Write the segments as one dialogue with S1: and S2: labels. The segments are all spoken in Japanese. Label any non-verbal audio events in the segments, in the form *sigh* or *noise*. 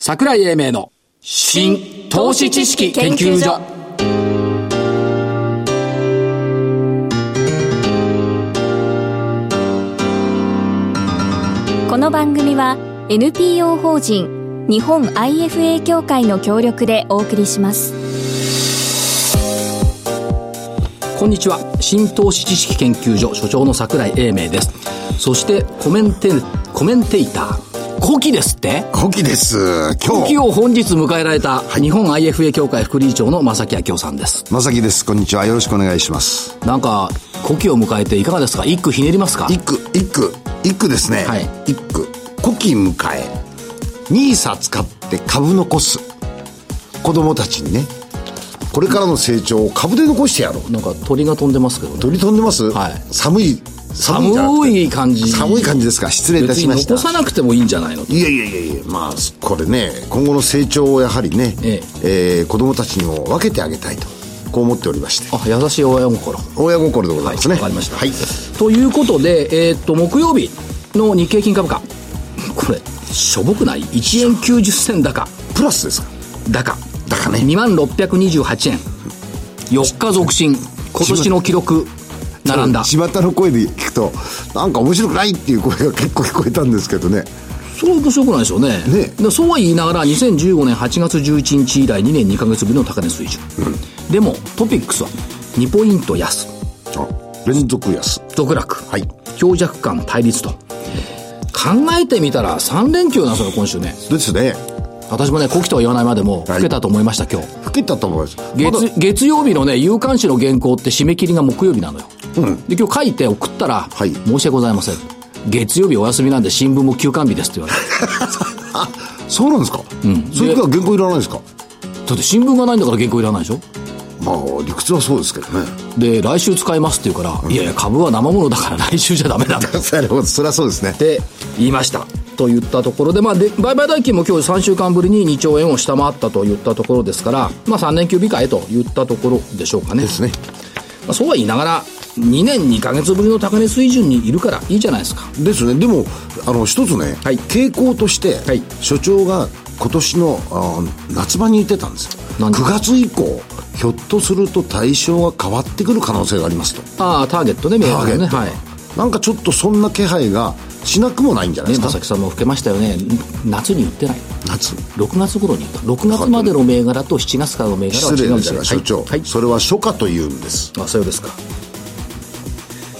S1: 桜井英明の新投資知識研究所
S2: この番組は NPO 法人日本 IFA 協会の協力でお送りします
S1: こんにちは新投資知識研究所所長の桜井英明ですそしてコメンテコメンテーターコキですって
S3: 古希です。
S1: コ
S3: 今
S1: キ
S3: 日。
S1: を本日迎えられた日本 IFA 協会副理事長の正木明夫さんです
S3: まさきです。こんにちは。よろしくお願いします。
S1: なんかコキを迎えていかがですか一句ひねりますか
S3: 一句、一句、一句ですね。
S1: はい
S3: 一句。古希迎え。ニーサ使って株残す。子供たちにね。これからの成長を株で残してやろう。
S1: なんか鳥が飛んでますけどね
S3: 鳥飛んでます、
S1: はい
S3: 寒い、寒いじゃなく
S1: 寒
S3: て
S1: い感じ
S3: 寒い感じですか。失礼いたしました。
S1: 別に残さなくてもいいんじゃないの
S3: いやいやいやいや、まあ、これね、今後の成長をやはりね、
S1: え
S3: えー子供たちにも分けてあげたいと、こう思っておりまして。
S1: あ優しい親心
S3: 親心でございますね。
S1: わかりました。
S3: はい。
S1: ということで、えーっと、木曜日の日経金株価。これ、しょぼくない ?1 円90銭高。
S3: プラスですか
S1: 高。
S3: 高ね
S1: 2万628円。4日続進。今年の記録、並んだ。
S3: 巷の声で聞くとなんか面白くないっていう声が結構聞こえたんですけどね
S1: そう面白くないですよね。
S3: ね
S1: でそうは言いながら、2015年8月11日以来2年2ヶ月ぶりの高値水準。でも、トピックスは2ポイント安。
S3: 連続安
S1: 続落。
S3: はい
S1: 強弱感対立と。考えてみたら3連休なんですよ、今週ね。
S3: ですね
S1: 私もね、コキとは言わないまでも、
S3: はい
S1: 老けたと思いました、今日。
S3: 老けたと思いますまだ
S1: 月月曜日のね、夕刊誌の原稿って締め切りが木曜日なのよ。で、今日書いて送ったら、
S3: はい
S1: 申し訳ございません。月曜日お休みなんで新聞も休刊日ですって言われ
S3: *laughs*
S1: て。
S3: あそうなんですか、うん、そういうことは原稿いらないですか
S1: だって新聞がないんだから原稿いらないでしょ
S3: まあ理屈はそうですけどね
S1: で、来週使いますって言うから、いやいや、株は生物だから *laughs* 来週じゃダメだ。っ
S3: なるほど *laughs* そりゃそうですね
S1: て言いました。と言ったところで、まあ、で、売買代金も今日3週間ぶりに2兆円を下回ったと言ったところですから、まあ3年休日かへと言ったところでしょうかね。
S3: ですね
S1: まあ、そうは言いながら2年2ヶ月ぶりの高値水準にいるからいいじゃないですか
S3: ですねでもあの一つね、
S1: はい
S3: 傾向として、
S1: はい
S3: 所長が今年のあ夏場に言ってたんですよ
S1: 何
S3: 9月以降ひょっとすると対象が変わってくる可能性がありますと
S1: ああターゲットね銘
S3: ターゲ
S1: 柄
S3: ッ
S1: ね
S3: ト
S1: はい
S3: なんかちょっとそんな気配がしなくもないんじゃない
S1: ね
S3: です
S1: 正
S3: か、
S1: 木さんも老けましたよね夏に言ってない
S3: 夏
S1: 6月頃に言った6月までの銘柄と7月からの銘柄は
S3: 失
S1: 違う
S3: 礼
S1: ん
S3: で
S1: です
S3: す
S1: よ
S3: が所長、
S1: はい、はい
S3: それは初夏というんです
S1: あそうですか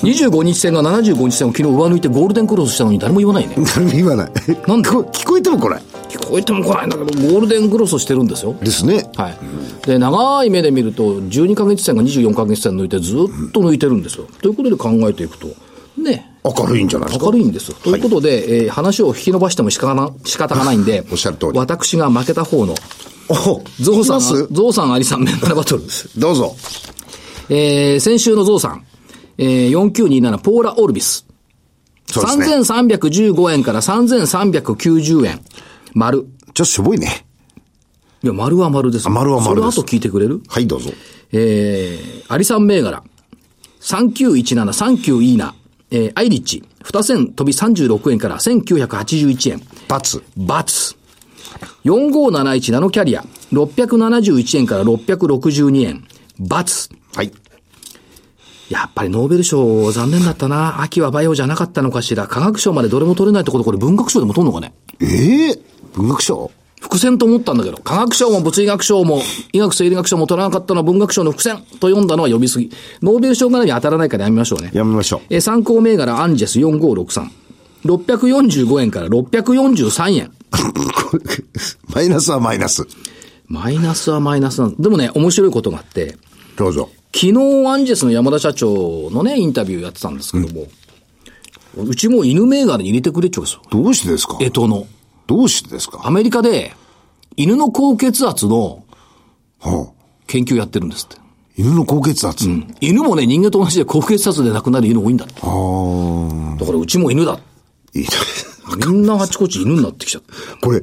S1: 25日線が75日線を昨日上抜いてゴールデンクロスしたのに誰も言わないね
S3: 何も言わない
S1: なんで
S3: こ *laughs* 聞こえてもこない
S1: 聞こえても来ないんだけどゴールデンクロスしてるんですよ
S3: ですね
S1: はい、で長い目で見ると、12か月線が24か月線抜いて、ずっと抜いてるんですよ。ということで考えていくと、ね、
S3: 明るいんじゃないですか
S1: 明るいんですよ。ということで、えー話を引き伸ばしても仕方な仕方がないんで
S3: *laughs* 、おっしゃる通り
S1: 私が負けた方の、
S3: お
S1: ゾウ
S3: 聞き
S1: さ
S3: ま
S1: ん、
S3: す
S1: ゾウさん、アリさん、メンバーバトルです。
S3: どうぞ
S1: えー先週のゾウさん、えー、4927ポーラ・オルビス。
S3: そうですねちょっ
S1: 3315円から3390円。丸。
S3: としょぼいね
S1: いや、丸は丸です
S3: あ。丸は丸です
S1: それ後聞いてくれる
S3: はいどうぞ
S1: えー、アリさん銘柄、3917、39いいな、えー、アイリッチ、二千飛び36円から1981円、
S3: ×
S1: バツ、4571ナノキャリア、671円から662円、バツ。
S3: はい
S1: やっぱりノーベル賞残念だったな。秋はバイオじゃなかったのかしら。科学賞までどれも取れないってこと、これ文学賞でも取るのかね
S3: ええ文学賞
S1: 伏線と思ったんだけど、科学賞も物理学賞も医学生理学賞も取らなかったのは文学賞の伏線と読んだのは読みすぎ。ノーベル賞がらに当たらないからやめましょうね。
S3: やめましょう
S1: えー参考銘柄アンジェス4563。645円から643円。
S3: これ *laughs* マイナスはマイナス
S1: マイナスはマイナスなんでもね、面白いことがあって、
S3: どうぞ
S1: 昨日アンジェスの山田社長のね、インタビューやってたんですけども、うちも犬銘柄に入れてくれっちゃうんですよ。
S3: どうしてですか
S1: えとの。
S3: どうしてですか
S1: アメリカで、犬の高血圧の
S3: はあ
S1: 研究やってるんですって。
S3: 犬の高血圧、
S1: 犬もね、人間と同じで高血圧で亡くなる犬多いんだって。
S3: ああ
S1: だからうちも犬だ。
S3: いいね
S1: みんなあちこち犬になってきちゃって。
S3: これ、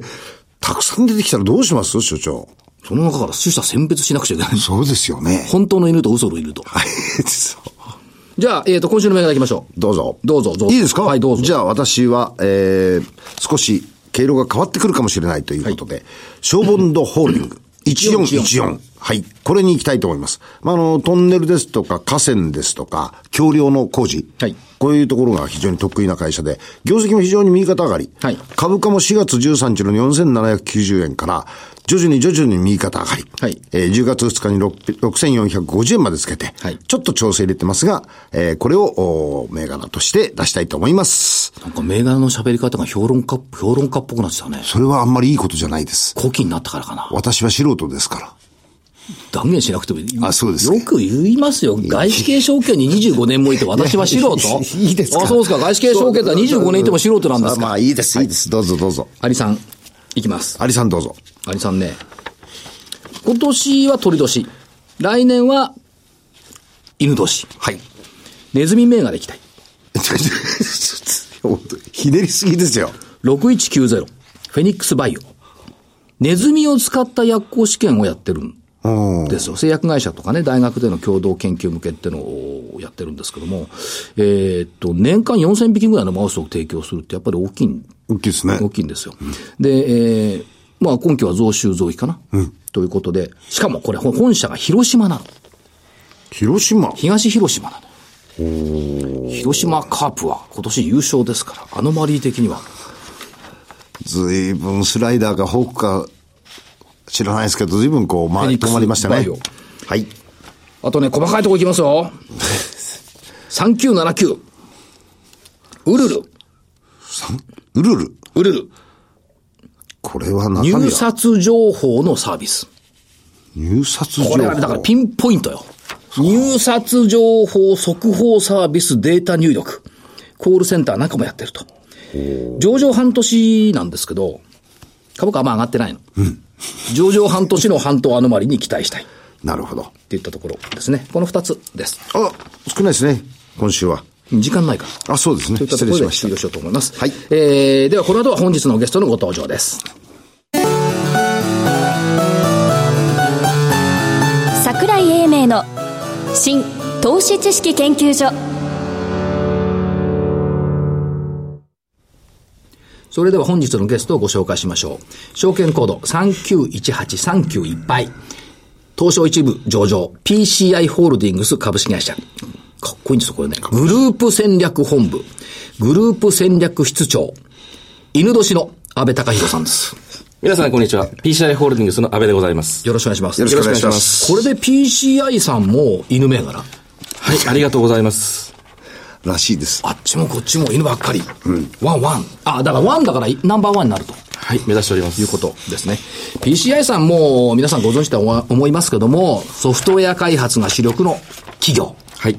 S3: たくさん出てきたらどうします所長。
S1: その中から取捨選別しなくちゃ *laughs* いけない。
S3: そうですよね。
S1: 本当の犬と嘘の犬と。
S3: はい、
S1: じゃあ、えっ、と、今週の銘柄行きましょう。
S3: どうぞ。
S1: どうぞどうぞ
S3: いいですか
S1: はいどうぞ
S3: じゃあ私は、えー、少し経路が変わってくるかもしれないということで、ショーボンドホールディ *laughs* ング1414。はい。これに行きたいと思います。まあ、あの、トンネルですとか、河川ですとか、橋梁の工事。
S1: はい
S3: こういうところが非常に得意な会社で、業績も非常に右肩上がり。
S1: はい
S3: 株価も4月13日の4790円から、徐々に徐々に右肩上がり。
S1: はい
S3: えー10月2日に6 6450円までつけて、
S1: はい
S3: ちょっと調整入れてますが、えーこれを、おー銘柄として出したいと思います。
S1: なんか銘柄の喋り方が評論家、評論家っぽくなってたね。
S3: それはあんまりいいことじゃないです。
S1: 古希になったからかな。
S3: 私は素人ですから。
S1: 断言しなくてもいい。
S3: あそうですね
S1: よく言いますよ。外資系証券に25年もいて私は素人
S3: *laughs* いいですか
S1: あ、そうですか。外資系証券だら25年いても素人なんです
S3: まあま
S1: か。
S3: あいいです、いいです。どうぞどうぞ。
S1: アリさん、いきます。
S3: アリさんどうぞ。
S1: アリさんね。今年は鳥年。来年は犬年。
S3: *laughs* はい。
S1: ネズミ銘柄いきたい。
S3: 本当にひねりすぎですよ。
S1: 6190。フェニックスバイオ。ネズミを使った薬効試験をやってるん
S3: うん。
S1: ですよ。製薬会社とかね、大学での共同研究向けってのをやってるんですけども、えーっと、年間4000匹ぐらいのマウスを提供するってやっぱり大きいん
S3: 大きいですね。
S1: 大きいんですよ。で、えーまあ今期は増収増益かな、ということで、しかもこれほ本社が広島なの。
S3: 広島。
S1: 東広島なの。広島カープは今年優勝ですから、アノマリー的には。
S3: ずいぶんスライダーかフォークか知らないですけど、ずいぶんこう、まあ、
S1: フェニック
S3: 止
S1: ス
S3: まりました
S1: バ
S3: ね
S1: イオ。
S3: はい。
S1: あとね、細かいとこいきます
S3: *laughs*
S1: よ。3979。ウルル。
S3: うるる。
S1: ウルル。
S3: これは中身は
S1: 入札情報のサービス。
S3: 入札情報。
S1: これはねだからピンポイントよ。入札情報速報サービスデータ入力。コールセンターなんかもやってると。上場半年なんですけど、株価はまあ上がってないの。上場半年の半島アノマリに期待したい。って
S3: なるほど。
S1: 言ったところですね。この二つです。
S3: あ、少ないですね。今週は。
S1: 時間ないから。
S3: あ、そうですね。
S1: といった
S3: 失
S1: と
S3: 礼
S1: ころ
S3: しま
S1: で
S3: した
S1: 終了。しようと思います。
S3: はい
S1: えー、ではこの後は本日のゲストのご登場です。
S2: 桜井英明の新投資知識研究所
S1: それでは本日のゲストをご紹介しましょう。証券コード3918、39倍。東証一部上場、PCI ホールディングス株式会社。かっこいいんですよ、これね。グループ戦略本部、グループ戦略室長、犬年の安倍隆弘さんです。
S4: 皆さん、こんにちは。PCI ホールディングスの安倍でございます。
S1: よろしくお願いします。
S3: よろしくお願いしま
S1: これで PCI さんも犬銘柄。
S4: はい、ありがとうございます。
S3: らしいです。
S1: あっちもこっちも犬ばっかり。ワンワン。あ、だからワンだからナンバーワンになると。
S4: はい、目指しております。
S1: いうことですね。PCI さんも皆さんご存知とは思いますけども、ソフトウェア開発が主力の企業。
S4: はい。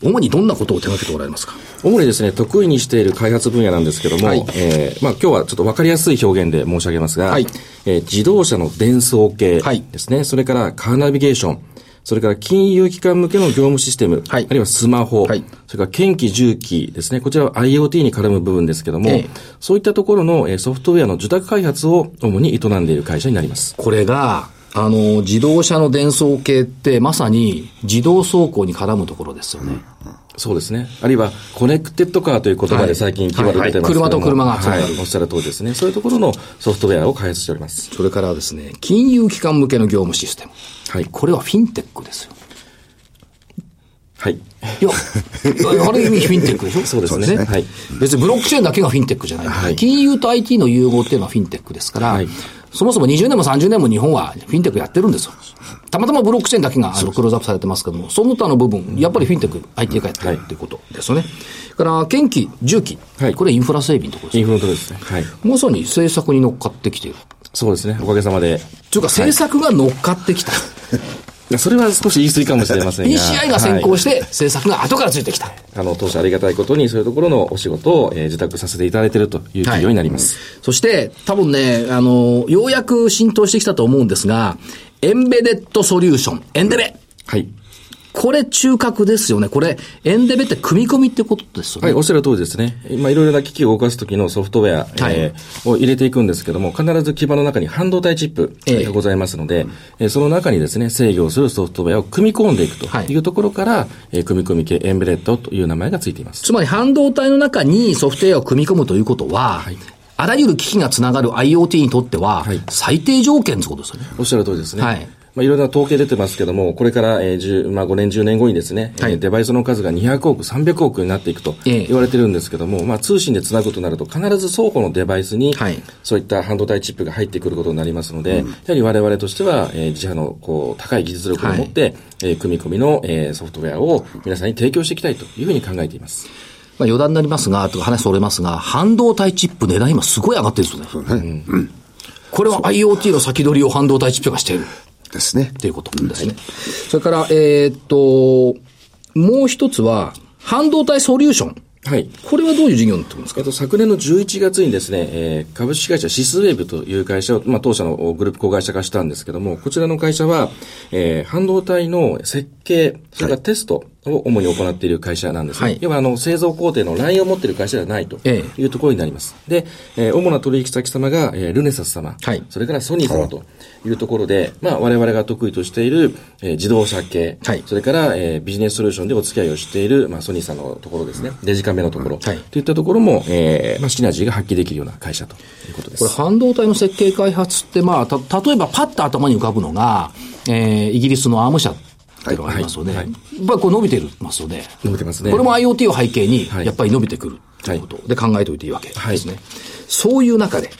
S1: 主にどんなことを手掛けておられますか
S4: 主にですね、得意にしている開発分野なんですけども、
S1: はい
S4: えーまあ今日はちょっと分かりやすい表現で申し上げますが、
S1: はい
S4: えー自動車の伝送系
S1: はい
S4: ですね、それからカーナビゲーション、それから金融機関向けの業務システム、
S1: はい
S4: あるいはスマホ、
S1: はい
S4: それから検機重機ですね、こちらは IoT に絡む部分ですけども、
S1: ええ
S4: そういったところのえーソフトウェアの受託開発を主に営んでいる会社になります。
S1: これが、あの、自動車の伝送系ってまさに自動走行に絡むところですよね。
S4: そうですね。あるいは、コネクテッドカーという言葉
S1: はい
S4: で最近決まってますけども、
S1: はいはい車と車が集ま
S4: は
S1: る
S4: い、おっしゃる通りですね。そういうところのソフトウェアを開発しております。
S1: それからですね、金融機関向けの業務システム。
S4: はい
S1: これはフィンテックですよ。
S4: はい。
S1: いや、ある意味フィンテックでしょ
S4: そうですねはい
S1: 別にブロックチェーンだけがフィンテックじゃない。
S4: はい
S1: 金融と IT の融合っていうのはフィンテックですから、
S4: はい
S1: そもそも20年も30年も日本はフィンテックやってるんですよ。たまたまブロックチェーンだけがあのクローズアップされてますけども、その他の部分、やっぱりフィンテック、IT がやってるっていうことですよね。それから、建機、重機、
S4: はい
S1: これインフラ整備のところ
S4: イ
S1: で
S4: ン
S1: す。
S4: フロントですね。はい。
S1: まさに政策に乗っかってきている。
S4: そうですね。おかげさまで。
S1: というか政策が乗っかってきた。
S4: それは少し言い過ぎかもしれませ
S1: *laughs*
S4: んが。。
S1: PCI が先行してて政策が後からついてきた。
S4: あの、当社ありがたいことに、そういうところのお仕事を、えー、自宅させていただいているという企業になります。
S1: そして、多分ね、あの、ようやく浸透してきたと思うんですが、エンベデッドソリューション、エンデベ。
S4: はい。
S1: これ中核ですよね。これ、エンデベって組み込みってことですよ
S4: はい、
S1: ね。
S4: おっしゃる通りですね。今、いろいろな機器を動かすときのソフトウェア、
S1: はい
S4: えーを入れていくんですけども、必ず基盤の中に半導体チップ
S1: ええ
S4: がございますので、えーその中にですね、制御するソフトウェアを組み込んでいくと
S1: はい
S4: いうところから、えー組み込み系エンベレットという名前がついています。
S1: つまり半導体の中にソフトウェアを組み込むということは、あらゆる機器がつながる IoT にとっては、
S4: はい
S1: 最低条件ということですよね。
S4: おっしゃる通りですね。
S1: はい
S4: まあ、いろんな統計出てますけども、これから、えー、10まあ、5年、10年後にですね、
S1: はい
S4: えーデバイスの数が200億、300億になっていくと
S1: ええ
S4: 言われてるんですけども、まあ、通信でつなぐとなると、必ず双方のデバイスに、
S1: はい
S4: そういった半導体チップが入ってくることになりますので、やはり我々としては、えー自社のこう高い技術力を持って、えー組み込みの、えーソフトウェアを皆さんに提供していきたいというふうに考えています。
S1: まあ、余談になりますが、とか話それますが、半導体チップ値段今すごい上がってるんですよね。これは IoT の先取りを半導体チップがしている。
S3: ですね
S1: っ。ていうことですね。それから、えーっと、もう一つは、半導体ソリューション。
S4: はい。
S1: これはどういう事業になってくるんですか
S4: えっと、昨年の11月にですね、えー株式会社シスウェーブという会社を、まあ、当社のグループ子会社化したんですけども、こちらの会社は、えー半導体の設計、それからテストを主に行っている会社なんですね。
S1: はい
S4: 要は、あの、製造工程のラインを持っている会社ではないと
S1: え
S4: いうところになります。で、えー主な取引先様が、えールネサス様、
S1: はい
S4: それからソニー様というところで、まあ、我々が得意としている、えー自動車系、
S1: はい
S4: それから、えービジネスソリューションでお付き合いをしている、まあ、ソニーさんのところですね、デジカメのところ、
S1: はい
S4: といったところも、えーまあ、シナジーが発揮できるような会社ということで
S1: こ
S4: す。
S1: れ半導体の設計開発って、まあ、た、例えばパッと頭に浮かぶのが、えー、イギリスのアーム社っていうのがありますよね。
S4: はいはい
S1: やっぱりこう伸びてますよね。
S4: 伸びてますね
S1: これも IoT を背景に、
S4: はい
S1: やっぱり伸びてくるということで考えておいていいわけ
S4: はい
S1: ですね。そういう中で、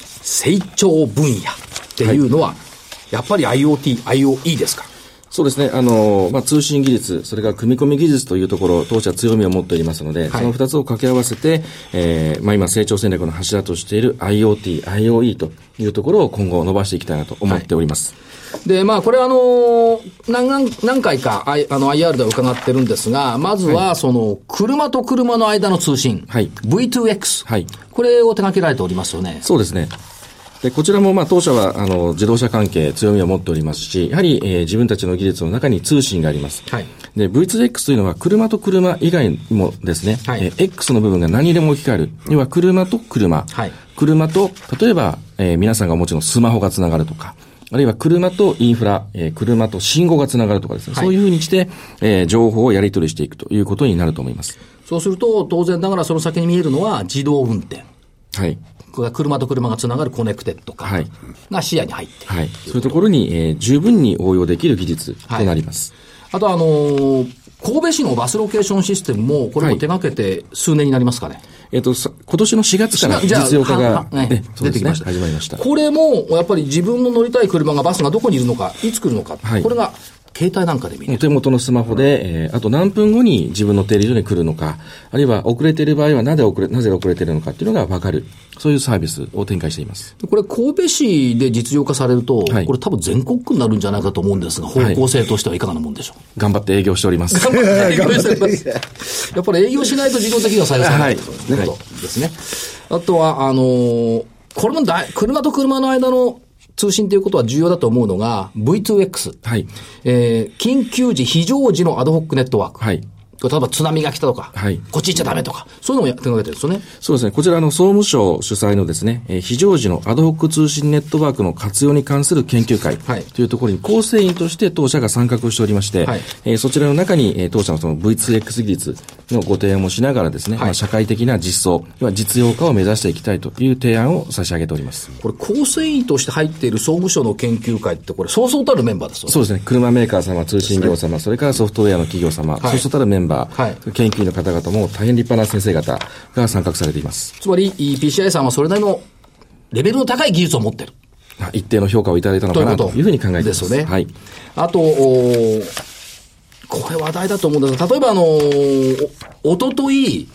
S1: 成長分野っていうのは、やっぱり IoT、IoE ですか
S4: そうですね。あの、まあ、通信技術、それから組み込み技術というところ、当社強みを持っておりますので、
S1: はい
S4: その二つを掛け合わせて、えーまあ、今成長戦略の柱としている IoT、IoE というところを今後伸ばしていきたいなと思っております。
S1: で、まあ、これはあの、何何、何回か、I、あの、IR では伺ってるんですが、まずは、その、車と車の間の通信。
S4: はい
S1: V2X。
S4: はい
S1: これを手掛けられておりますよね。
S4: そうですね。で、こちらも、まあ、当社は、あの、自動車関係、強みを持っておりますし、やはり、えー自分たちの技術の中に通信があります。
S1: はい
S4: で、V2X というのは、車と車以外もですね、
S1: はい
S4: えー X の部分が何にでも置き換える。要は、車と車。
S1: はい
S4: 車と、例えば、えー皆さんがお持ちのスマホがつながるとか、あるいは車とインフラ、えー車と信号がつながるとかですね、
S1: はい
S4: そういうふうにして、えー情報をやり取りしていくということになると思います。
S1: そうすると、当然ながらその先に見えるのは自動運転。
S4: はい。
S1: これが車と車がつながるコネクテッド化
S4: はい
S1: が視野に入っている
S4: はい。そういうところに、えー十分に応用できる技術となります。
S1: あとあのー神戸市のバスロケーションシステムも、これも手掛けて数年になりますかね。
S4: えっと、さ今年の4月から
S1: じゃあ
S4: 実用化
S1: は
S4: が、
S1: はね
S4: ねそう
S1: 出て
S4: ですね
S1: きました。
S4: 始まりました。
S1: これも、やっぱり自分の乗りたい車が、バスがどこにいるのか、いつ来るのか、
S4: はい
S1: これが携帯なんかで見れ
S4: お
S1: る。
S4: 手元のスマホで、えーあと何分後に自分の停留所に来るのか、あるいは遅れている場合はなぜ遅れ、なぜ遅れているのかっていうのがわかる、そういうサービスを展開しています。
S1: これ、神戸市で実用化されると、
S4: はい
S1: これ多分全国区になるんじゃないかと思うんですが、方向性としてはいかがなもんでしょ
S4: *laughs*
S1: う。
S4: 頑張って営業しております。
S1: やっぱり営業しないと事業的には採用されないということ
S4: はい
S1: ですね。あとは、あのーこれもだい車と車の間の通信ということは重要だと思うのが、V2X。
S4: はい。
S1: えー緊急時、非常時のアドホックネットワーク。
S4: はい
S1: これ例えば津波が来たとか、
S4: はい
S1: こっち行っちゃダメとか、そういうのもや手掛けてるんですよね。
S4: そうですね。こちら、あの、総務省主催のですね、えー非常時のアドホック通信ネットワークの活用に関する研究会
S1: はい
S4: というところに、構成員として当社が参画をしておりまして、
S1: はい
S4: えーそちらの中に、えー当社のその V2X 技術のご提案もしながらですね、まあ社会的な実装、要は実用化を目指していきたいという提案を差し上げております。
S1: これ、構成員として入っている総務省の研究会って、これ、そうそうたるメンバーですよね。
S4: そうですね。車メーカー様、通信業様、それからソフトウェアの企業様、
S1: はい
S4: そうしたらメンバー、
S1: はい
S4: 研究員の方々も大変立派な先生方が参画されています。
S1: つまり、い PCI さんはそれなりのレベルの高い技術を持ってる。
S4: まあ一定の評価をいただいたの
S1: とい
S4: か
S1: う
S4: な
S1: こと
S4: というふうに考えています。
S1: ですよね。
S4: はい。
S1: あと、おーこれ話題だと思うんですが、例えばあのー、おおととい、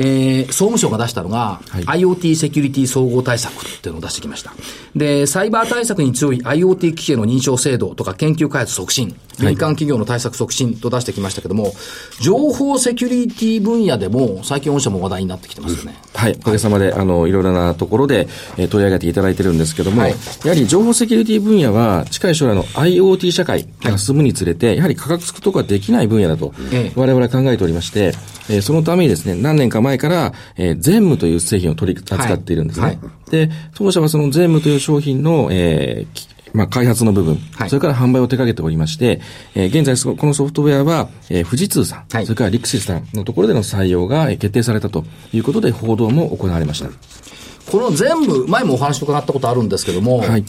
S1: えー総務省が出したのが、
S4: は
S1: IoT セキュリティ総合対策っていうのを出してきました。で、サイバー対策に強い IoT 機器への認証制度とか研究開発促進、民間企業の対策促進と出してきましたけども、情報セキュリティ分野でも、最近御社も話題になってきてますよね。
S4: はい。おかげさまで、あの、いろいろなところで、えー取り上げていただいてるんですけども、
S1: はい
S4: やはり情報セキュリティ分野は、近い将来の IoT 社会が進むにつれて、やはり価格付くことができない分野だと
S1: ええ、
S4: 我々は考えておりまして、えーそのためにですね、何年か前から、えー、ゼムという製品を取り扱っているんですね。
S1: はいは
S4: で、当社はそのゼムという商品の、えーきまあ、開発の部分、
S1: はい
S4: それから販売を手掛けておりまして、えー現在そこのソフトウェアは、えー富士通さん、
S1: はい
S4: それからリクシスさんのところでの採用がえー決定されたということで報道も行われました。
S1: この全部、前もお話伺ったことあるんですけども、
S4: はい。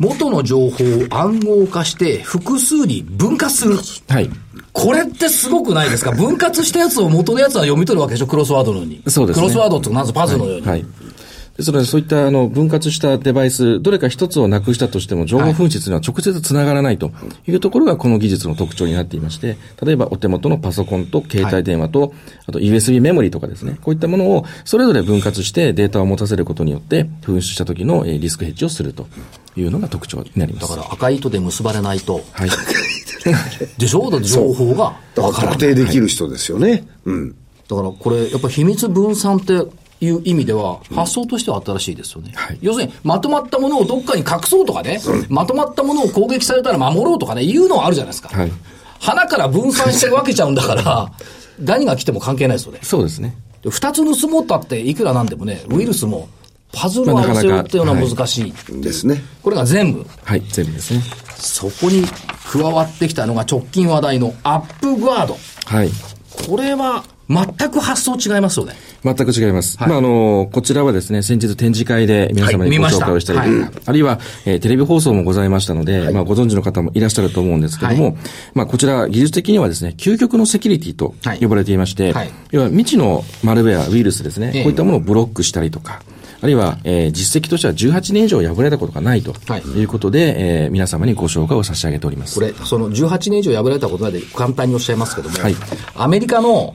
S1: 元の情報を暗号化して複数に分割する。
S4: はい。
S1: これってすごくないですか分割したやつを元のやつは読み取るわけでしょクロスワードのように。
S4: そうですね
S1: クロスワードってなんぞパズルのように。
S4: はい。ですので、そういったあの分割したデバイス、どれか一つをなくしたとしても、情報紛失には直接つながらないというところが、この技術の特徴になっていまして、例えばお手元のパソコンと携帯電話と、あと USB メモリーとかですね、こういったものをそれぞれ分割してデータを持たせることによって、紛失した時のえーリスクヘッジをするというのが特徴になりま
S1: だ
S4: す
S1: か。ら赤い糸で結ばれないと。
S4: はい。
S1: でしょだって情報が。
S3: だから特定できる人ですよね。うん。
S1: だからこれ、やっぱ秘密分散っていう意味では、発想としては新しいですよね。
S4: はい
S1: 要するに、まとまったものをどっかに隠そうとかね、まとまったものを攻撃されたら守ろうとかね、いうのはあるじゃないですか。
S4: はい
S1: 花から分散して分けちゃうんだから、何が来ても関係ないですよね。
S4: そうですね。
S1: で二つ盗もうったって、いくらなんでもね、ウイルスも、パズルを
S4: まあ
S1: 合わ
S4: なかな
S1: せ
S4: か
S1: ようっていうのは難しい。
S3: ですね。
S1: これが全部、
S4: はい、全部ですね。
S1: そこに加わってきたのが直近話題のアップガード。
S4: はい。
S1: これは、全く発想違いますよね。
S4: 全く違います。
S1: はい
S4: まあ、あの、こちらはですね、先日展示会で皆様
S1: はい
S4: に
S1: 見
S4: ご
S1: まし
S4: 紹
S1: た
S4: 介をしたりとか、
S1: はい
S4: あるいは、えーテレビ放送もございましたので、まあ、ご存知の方もいらっしゃると思うんですけども、
S1: はい
S4: まあ、こちら技術的にはですね、究極のセキュリティと
S1: はい
S4: 呼ばれていまして、
S1: はい
S4: 要は未知のマルウェア、ウイルスですね、
S1: ええ
S4: こういったものをブロックしたりとか、あるいは、えー実績としては18年以上破れたことがないと
S1: はい
S4: いうことで、えー皆様にご紹介を差し上げております。
S1: これ、その18年以上破られたことないで簡単におっしゃいますけども、
S4: はい
S1: アメリカの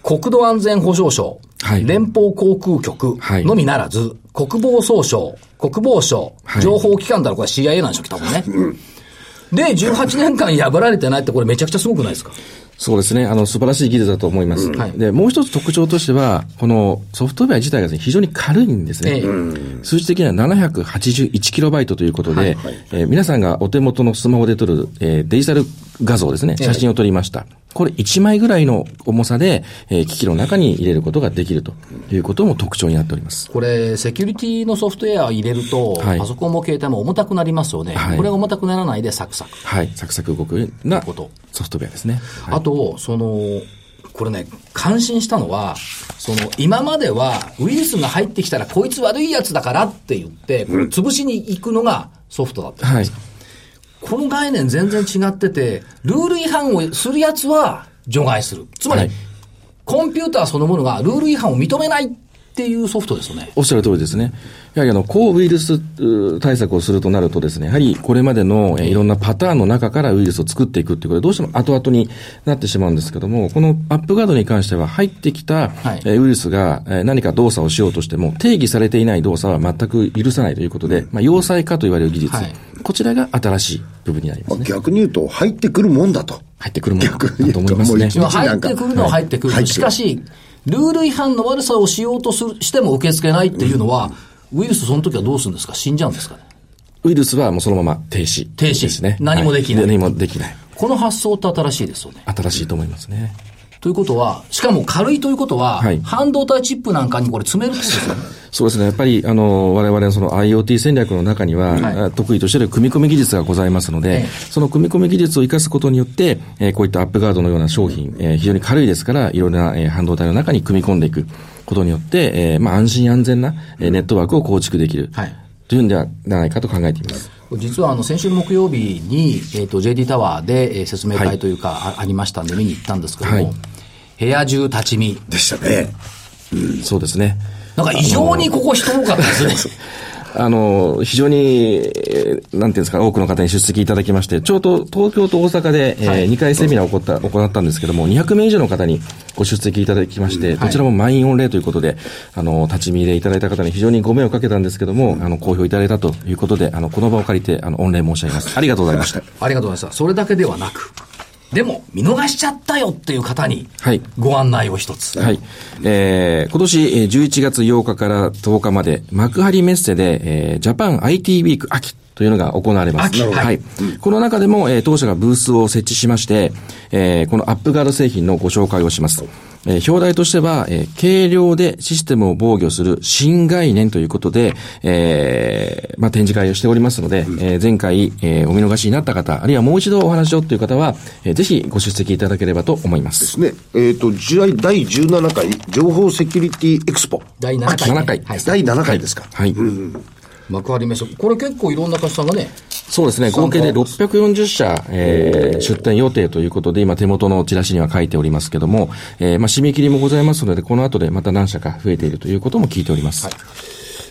S1: 国土安全保障省、
S4: はい
S1: 連邦航空局
S4: はい
S1: のみならず、国防総省、国防省、
S4: はい
S1: 情報機関だろ、これ CIA なんでしょ、多分ね。で、18年間破られてないって、これめちゃくちゃすごくないですか
S4: そうですね。あの、素晴らしい技術だと思います。
S1: はい
S4: で、もう一つ特徴としては、このソフトウェア自体がですね、非常に軽いんですね。
S1: ええ
S4: 数字的には 781KB ということで、えー皆さんがお手元のスマホで撮る、えーデジタル画像ですね、
S1: ええ
S4: 写真を撮りました。これ1枚ぐらいの重さで、えー機器の中に入れることができるということも特徴になっております。
S1: これ、セキュリティのソフトウェアを入れると、
S4: はい
S1: パソコンも携帯も重たくなりますよね。
S4: はい
S1: これが重たくならないでサクサク。
S4: はい。サクサク動くような
S1: こと
S4: ソフトウェアですね。はい
S1: あと、その、これね、感心したのは、その、今までは、ウイルスが入ってきたら、こいつ悪いやつだからって言って、これ潰しに行くのがソフトだった。
S4: はい。
S1: この概念全然違ってて、ルール違反をするやつは除外する。つまり、
S4: はい
S1: コンピューターそのものがルール違反を認めないっていうソフトですよね。
S4: おっしゃる通りですね。やはりあの、抗ウイルスうー対策をするとなるとですね、やはりこれまでのえーいろんなパターンの中からウイルスを作っていくっていうことで、どうしても後々になってしまうんですけども、このアップガードに関しては入ってきた
S1: はい
S4: えーウイルスがえー何か動作をしようとしても、定義されていない動作は全く許さないということで、まあ、要塞化と言われる技術、
S1: はい
S4: こちらが新しい部分になりま
S3: ますあ
S4: ね。
S3: 逆に言うと、入ってくるもんだと。
S4: 入ってくるもの
S3: 逆に言
S4: だ
S3: う
S4: と
S3: と
S4: 思いますね。
S1: 今
S3: もう一日
S1: 入
S3: な
S1: っ
S3: んか
S1: てくるのは入ってくる。
S3: はい
S1: しかし、ルール違反の悪さをしようとするしても受け付けないっていうのは、ウイルスその時はどうするんですか死んじゃうんですかね
S4: ウイルスはもうそのまま停止。
S1: 停止
S4: ですね。
S1: 何もできない
S4: は何もできない。
S1: この発想って新しいですよね。
S4: 新しいと思いますね。
S1: ということは、しかも軽いということは、
S4: はい
S1: 半導体チップなんかにこれ詰めるってことですよね。
S4: そうですね。やっぱり、あの、我々のその IoT 戦略の中には、
S1: はい
S4: あ得意としている組み込み技術がございますので、
S1: ええ
S4: その組み込み技術を活かすことによって、えーこういったアップガードのような商品、えー非常に軽いですから、いろいろな、えー半導体の中に組み込んでいくことによって、えーまあ、安心安全な、えーネットワークを構築できる。
S1: はい
S4: というんではないかと考えています。
S1: 実はあの先週の木曜日に、えっと JD タワーで、えー説明会というか、あありましたんで見に行ったんですけども、
S4: はい
S1: 部屋中立ち見。
S3: でしたね。
S4: そうですね。
S1: なんか異常にここ人多かったです
S4: *laughs*
S1: ね。
S4: あの、非常に、えーなんていうんですか、多くの方に出席いただきまして、ちょうど東京と大阪で、えー
S1: はい
S4: 2回セミナーを行った行ったんですけども、200名以上の方にご出席いただきまして、
S1: はい
S4: どちらも満員御礼ということで、あの、立ち見でいただいた方に非常にご迷惑をかけたんですけども、あの、好評いただいたということで、あの、この場を借りて、あの、御礼申し上げます。ありがとうございました。
S1: ありがとうございました。それだけではなく、でも見逃しちゃったよっていう方に
S4: はい、
S1: ご案内を一つ。
S4: はい。えー、今年えー11月8日から10日まで、幕張メッセで、えー、ジャパン IT ウィーク秋というのが行われます。
S1: 秋なるほど
S4: はい。この中でも、えー当社がブースを設置しまして、えーこのアップガード製品のご紹介をします。えー表題としては、えー軽量でシステムを防御する新概念ということで、えーまあ、展示会をしておりますので、えー前回、えーお見逃しになった方、あるいはもう一度お話をという方は、えーぜひご出席いただければと思います。
S3: ね、えっ、と、じゅ第17回情報セキュリティエクスポ。
S1: 第7回、
S4: 7回
S1: はい。
S3: 第7回ですか。
S4: はい。
S1: 幕張メッセ。これ結構いろんな会社さんがね、
S4: そうですね。合計で640社、えー出店予定ということで、今手元のチラシには書いておりますけども、えーまあ、締め切りもございますので、この後でまた何社か増えているということも聞いております。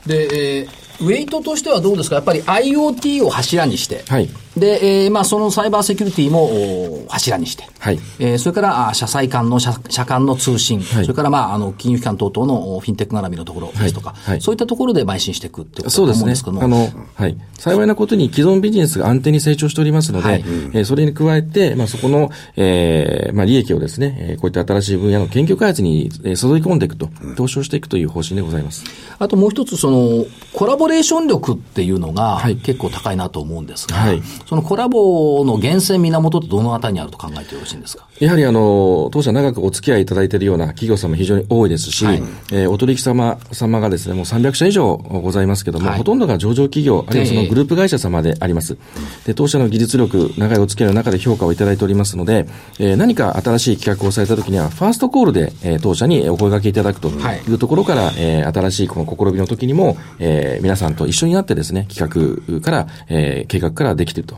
S1: で、えーウェイトとしてはどうですかやっぱり IoT を柱にして、
S4: はい
S1: で、えーまあ、そのサイバーセキュリティもおー柱にして、
S4: はい
S1: えーそれから、あ社債間の、社社間の通信、
S4: はい
S1: それから、まあ、あの、金融機関等々のおフィンテック絡みのところですとか、
S4: はいはい
S1: そういったところで邁進していくってことだと
S4: そうで
S1: 思
S4: す
S1: うん
S4: ね
S1: ですけど。も、
S4: あの、はい。幸いなことに既存ビジネスが安定に成長しておりますので、
S1: はい
S4: えーそれに加えて、まあ、そこの、えーまあ、利益をですね、えーこういった新しい分野の研究開発に、えー注ぎ込んでいくと、投資をしていくという方針でございます。
S1: あともう一つ、その、コラボレーション力っていうのが
S4: はい
S1: 結構高いなと思うんですが、
S4: はい
S1: そのコラボの源泉源ってどのあたりにあると考えてよろしいんですか
S4: やはりあの、当社長くお付き合いいただいているような企業様非常に多いですし、
S1: はい
S4: えーお取引様様がですね、もう300社以上ございますけども、
S1: はい
S4: ほとんどが上場企業、あるいはそのグループ会社様であります。で、当社の技術力、長いお付き合いの中で評価をいただいておりますので、えー何か新しい企画をされた時には、ファーストコールで、えー当社にお声掛けいただくと
S1: はい
S4: いうところから、えー新しいこの試みの時にも、えー皆さんと一緒になってですね、企画から、えー計画からできていると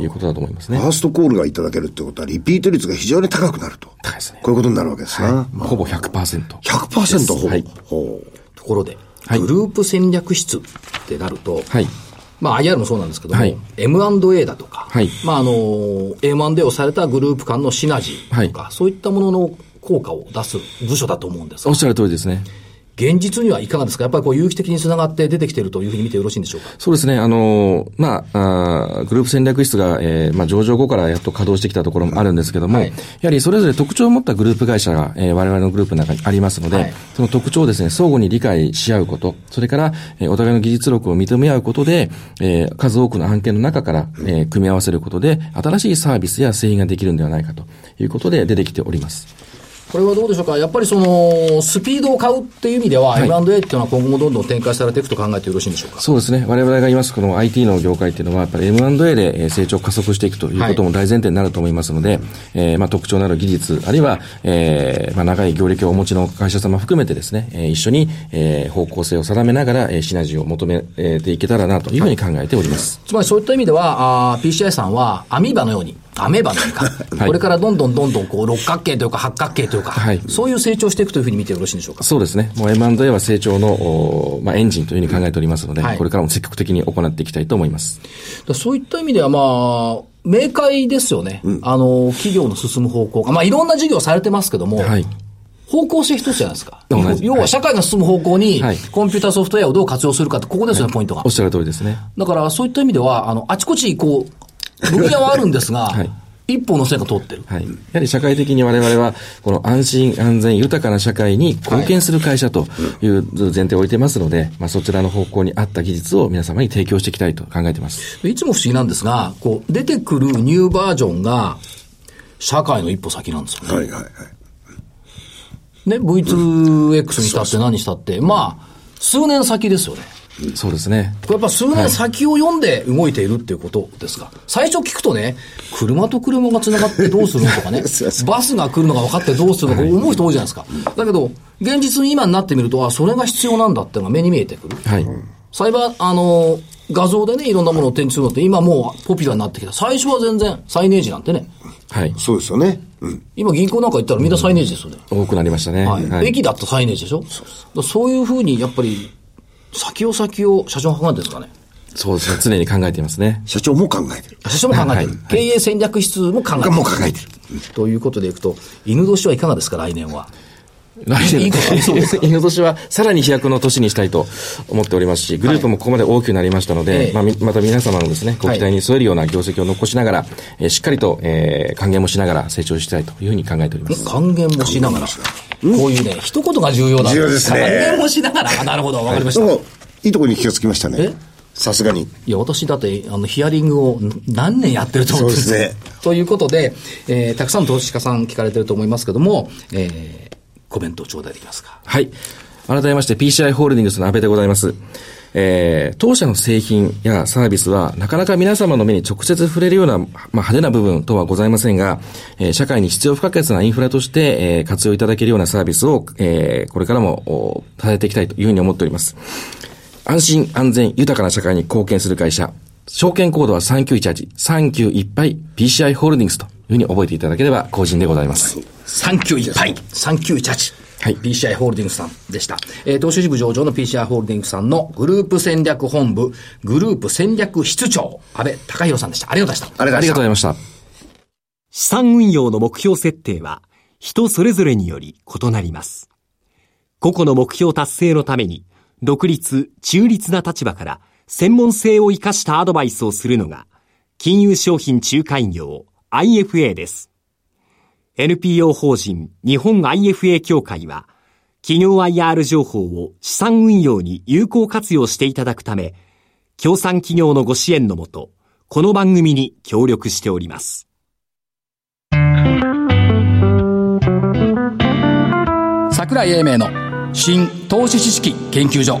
S4: いうことだと思いますね。
S3: ファーストコールがいただけるってことは、リピート率が非常に高くなると。
S4: 高いですね
S3: こういうことになるわけですね。
S4: ほぼ100%。
S3: 100%ほぼ。
S4: はい
S3: ほう
S1: ところで、
S4: はい
S1: グループ戦略室ってなると、
S4: はい。
S1: まあ IR もそうなんですけども、
S4: はい
S1: M&A だとか、
S4: はい
S1: まああの、M&A をされたグループ間のシナジーとか、そういったものの効果を出す部署だと思うんです
S4: お
S1: が
S4: っしゃる通りですね。
S1: 現実にはいかがですかやっぱりこう有機的につながって出てきているというふうに見てよろしいんでしょうか
S4: そうですね。あのーまあ、あーグループ戦略室が、えーまあ、上場後からやっと稼働してきたところもあるんですけども、
S1: はい
S4: やはりそれぞれ特徴を持ったグループ会社が、えー我々のグループの中にありますので、
S1: はい
S4: その特徴をですね、相互に理解し合うこと、それから、えーお互いの技術力を認め合うことで、えー数多くの案件の中から、えー組み合わせることで、新しいサービスや製品ができるんではないかということで出てきております。
S1: これはどうでしょうか、やっぱりそのスピードを買うっていう意味では、
S4: い
S1: M&A っていうのは今後もどんどん展開されていくと考えてよろしいんでしょうか。
S4: そうですね。我々がいますこの IT の業界っていうのは、やっぱり M&A でえー成長を加速していくということも大前提になると思いますので、えーまあ特徴のある技術、あるいは、えーまあ長い業歴をお持ちの会社様含めてですね、えー一緒に、えー方向性を定めながら、えーシナジーを求めえーていけたらなというふうに考えております。
S1: つまりそういった意味では、あー PCI さんはアミーバのように、アメーバのようにか、
S4: はい
S1: これからどんどんどんどんこう六角形というか八角形というか、
S4: はい
S1: そういう成長していくというふうに見てよろしいんでしょうか。
S4: そうですね。もう M&A は成長の、おーまあエンジンというふうに考えておりますので、
S1: はい
S4: これからも積極的に行っていきたいと思います。
S1: だからそういった意味では、まあ、明快ですよね、あの企業の進む方向が、まあ、いろんな事業されてますけども、
S4: はい。
S1: 方向性一つじゃないですか
S4: 同じ。
S1: 要
S4: は
S1: はい社会が進む方向に
S4: はい、
S1: コンピューターソフトウェアをどう活用するかって、ここですよね、ポイントが
S4: おっ。しゃる通りですね。
S1: だからそういった意味では、あの、あちこち、こう、分野はあるんですが、
S4: はい
S1: 一歩の線が通ってる。
S4: はい。やはり社会的に我々は、この安心、安全、豊かな社会に貢献する会社という前提を置いてますので、まあそちらの方向に合った技術を皆様に提供していきたいと考えています。
S1: いつも不思議なんですが、こう、出てくるニューバージョンが、社会の一歩先なんですよね。
S3: はいはいはい。
S1: ね、V2X にしたって何にしたって、まあ、数年先ですよね。
S4: そうですね。
S1: これやっぱ数年先を読んで動いているっていうことですが、最初聞くとね、車と車が繋がってどうするのと *laughs* かね、バスが来るのが分かってどうするのか思う人多いじゃないですか。だけど、現実に今になってみると、あ、それが必要なんだっていうのが目に見えてくる。
S4: はい。
S1: サイバー、あのー、画像でね、いろんなものを展示するのって今もうポピュラーになってきた。最初は全然サイネージなんてね、
S4: はい。
S3: そうですよね。うん。
S1: 今銀行なんか行ったらみんなサイネージですよね。
S4: 多くなりましたね。
S1: はい
S4: はい。
S1: 駅だったサイネージでしょそうそういうふうにやっぱり、先を先を社長は考えてるんですかね。
S4: そうですね。常に考えていますね。
S3: 社長も考えてる。
S1: 社長も考えてる。
S4: はい
S1: 経営戦略室も考えてる。
S3: もう考えてる。
S1: ということでいくと、犬年はいかがですか、来年は。
S4: 来
S1: いい
S4: 年
S1: ことありそうです
S4: *laughs*
S1: か
S4: 犬年はさらに飛躍の年にしたいと思っておりますし、グループもここまで大きくなりましたので、
S1: はいええ
S4: まあみまた皆様のですね、ご期待に添えるような業績を残しながら、えーしっかりと、えー還元もしながら成長したいというふうに考えております。
S1: 還元もしながら。こういうね、一言が重要なん
S3: 重要ですね
S1: 還元もしながら。あなるほど、わかりまし
S3: で
S1: た。
S3: も、いいとこに気がつきましたね
S1: え。
S3: さすがに。
S1: いや、私だって、あの、ヒアリングを何年やってると思って
S3: そうですね。
S1: ということで、えーたくさんの投資家さん聞かれてると思いますけども、えーコメントを頂戴できますか。
S4: はい。改めまして PCI ホールディングスの安倍でございます。えー、当社の製品やサービスは、なかなか皆様の目に直接触れるような、まあ、派手な部分とはございませんが、えー社会に必要不可欠なインフラとして、えー活用いただけるようなサービスを、えーこれからも、お伝えていきたいというふうに思っております。安心、安全、豊かな社会に貢献する会社、証券コードは3918、391杯 PCI ホールディングスというふうに覚えていただければ、後人でございます。
S1: 391杯、3918。
S4: はい
S1: PCI ホールディングスさんでした。えー、投資支部上場の PCI ホールディングスさんのグループ戦略本部、グループ戦略室長、安倍隆弘さんでした。ありがとうございました。
S3: ありがとうございました
S4: ありがとうございました。
S5: 資産運用の目標設定は人それぞれにより異なります。個々の目標達成のために独立、中立な立場から専門性を生かしたアドバイスをするのが金融商品仲介業 IFA です。NPO 法人日本 IFA 協会は企業 IR 情報を資産運用に有効活用していただくため、協賛企業のご支援のもと、この番組に協力しております。
S1: 桜井英明の新投資知識研究所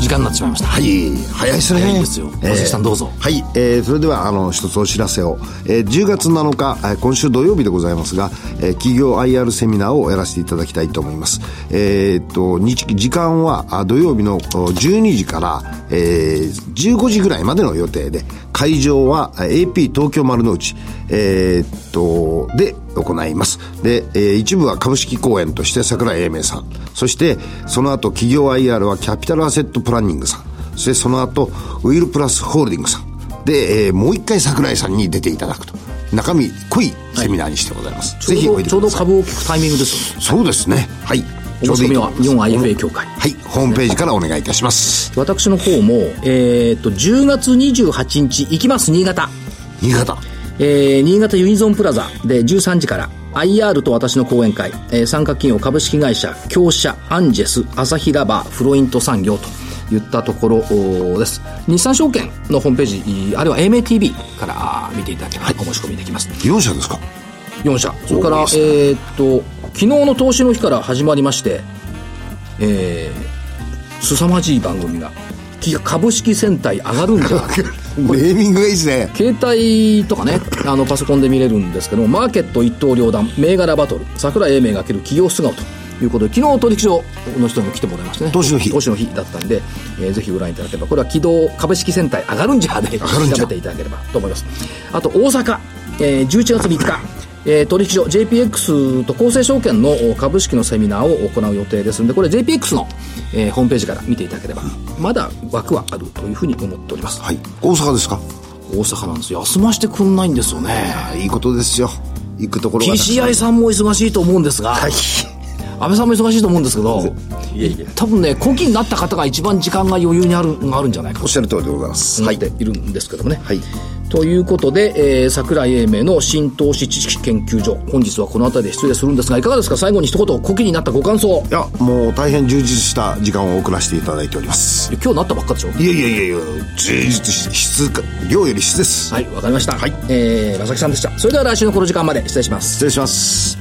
S1: 時間になってしまいました
S3: はい、早いですね。
S1: 早いですよ松井さんどうぞ
S3: はい、えーそれではあの一つお知らせを、えー10月7日、えー今週土曜日でございますが、えー企業 IR セミナーをやらせていただきたいと思います。えーっと日時間はあ土曜日のお12時から、えー15時ぐらいまでの予定で、会場はえー AP 東京丸の内、えーっとで行いますで、えー一部は株式公演として桜井英明さんそしてその後企業 IR はキャピタルアセットプランニングさんそしてその後ウィルプラスホールディングさんで、えーもう一回桜井さんに出ていただくと中身濃いセミナーにしてございます、ぜひ
S1: ちょう
S3: お
S1: ど
S3: いで
S1: ちょう
S3: く
S1: ど
S3: ださい
S1: 株を聞くタイミングですよね
S3: そうですねはい
S1: お申し込みは日
S3: い
S1: 本
S3: ます
S1: IFA 協会
S3: はいホームページからお願いいたします
S1: 私の方も、えーっと10月28日行きます新潟
S3: 新潟
S1: えー新潟ユニゾンプラザで13時から IR と私の講演会、えー参加企業株式会社強社アンジェス朝日ラバーフロイント産業といったところおーです日産証券のホームページいーあるいは AMATV からあー見ていただければお申し込みできます、
S3: 4社ですか
S1: 4社それから、
S3: 多い
S1: え
S3: ですね
S1: ーっと昨日の投資の日から始まりましてえー、凄まじい番組がき株式戦隊上がるんじゃないか
S3: ネーミングがいいですね
S1: 携帯とかねあのパソコンで見れるんですけどもマーケット一刀両断銘柄バトル桜井英明がける企業素顔ということで昨日取引所の人にも来てもらいましたね
S3: 投資の日
S1: 投資の日だったんで、えーぜひご覧いただければこれは軌道株式センター上がるんじゃで調
S3: るんじゃ
S1: べていただければと思いますあと大阪、えー11月3日えー取引所 JPX と厚生証券のお株式のセミナーを行う予定ですのでこれ JPX の、えーホームページから見ていただければまだ枠はあるというふうに思っております
S3: はい大阪ですか
S1: 大阪なんですよ休ましてくんないんですよね
S3: あいいことですよ行くところがたくさん
S1: PCI さんも忙しいと思うんですが、安倍さんも忙しいと思うんですけど
S4: いえいえ
S1: 多分ね今期になった方が一番時間が余裕にあるがあるんじゃないか
S3: おっしゃる通りでございます。
S1: と思
S3: は
S1: っ
S3: い。
S1: ているんですけどもね、
S3: はい。
S1: ということで、えー桜井英明の新投資知識研究所本日はこの辺りで失礼するんですがいかがですか最後に一言古希になったご感想
S3: いや、もう大変充実した時間を送らせていただいております。
S1: 今日なったばっかでしょ
S3: いやいやいやいや、充実し、質か、量より質です。
S1: はいわかりました、
S3: はい
S1: えー、正木さんでしたそれでは来週のこの時間まで失礼します
S3: 失礼します。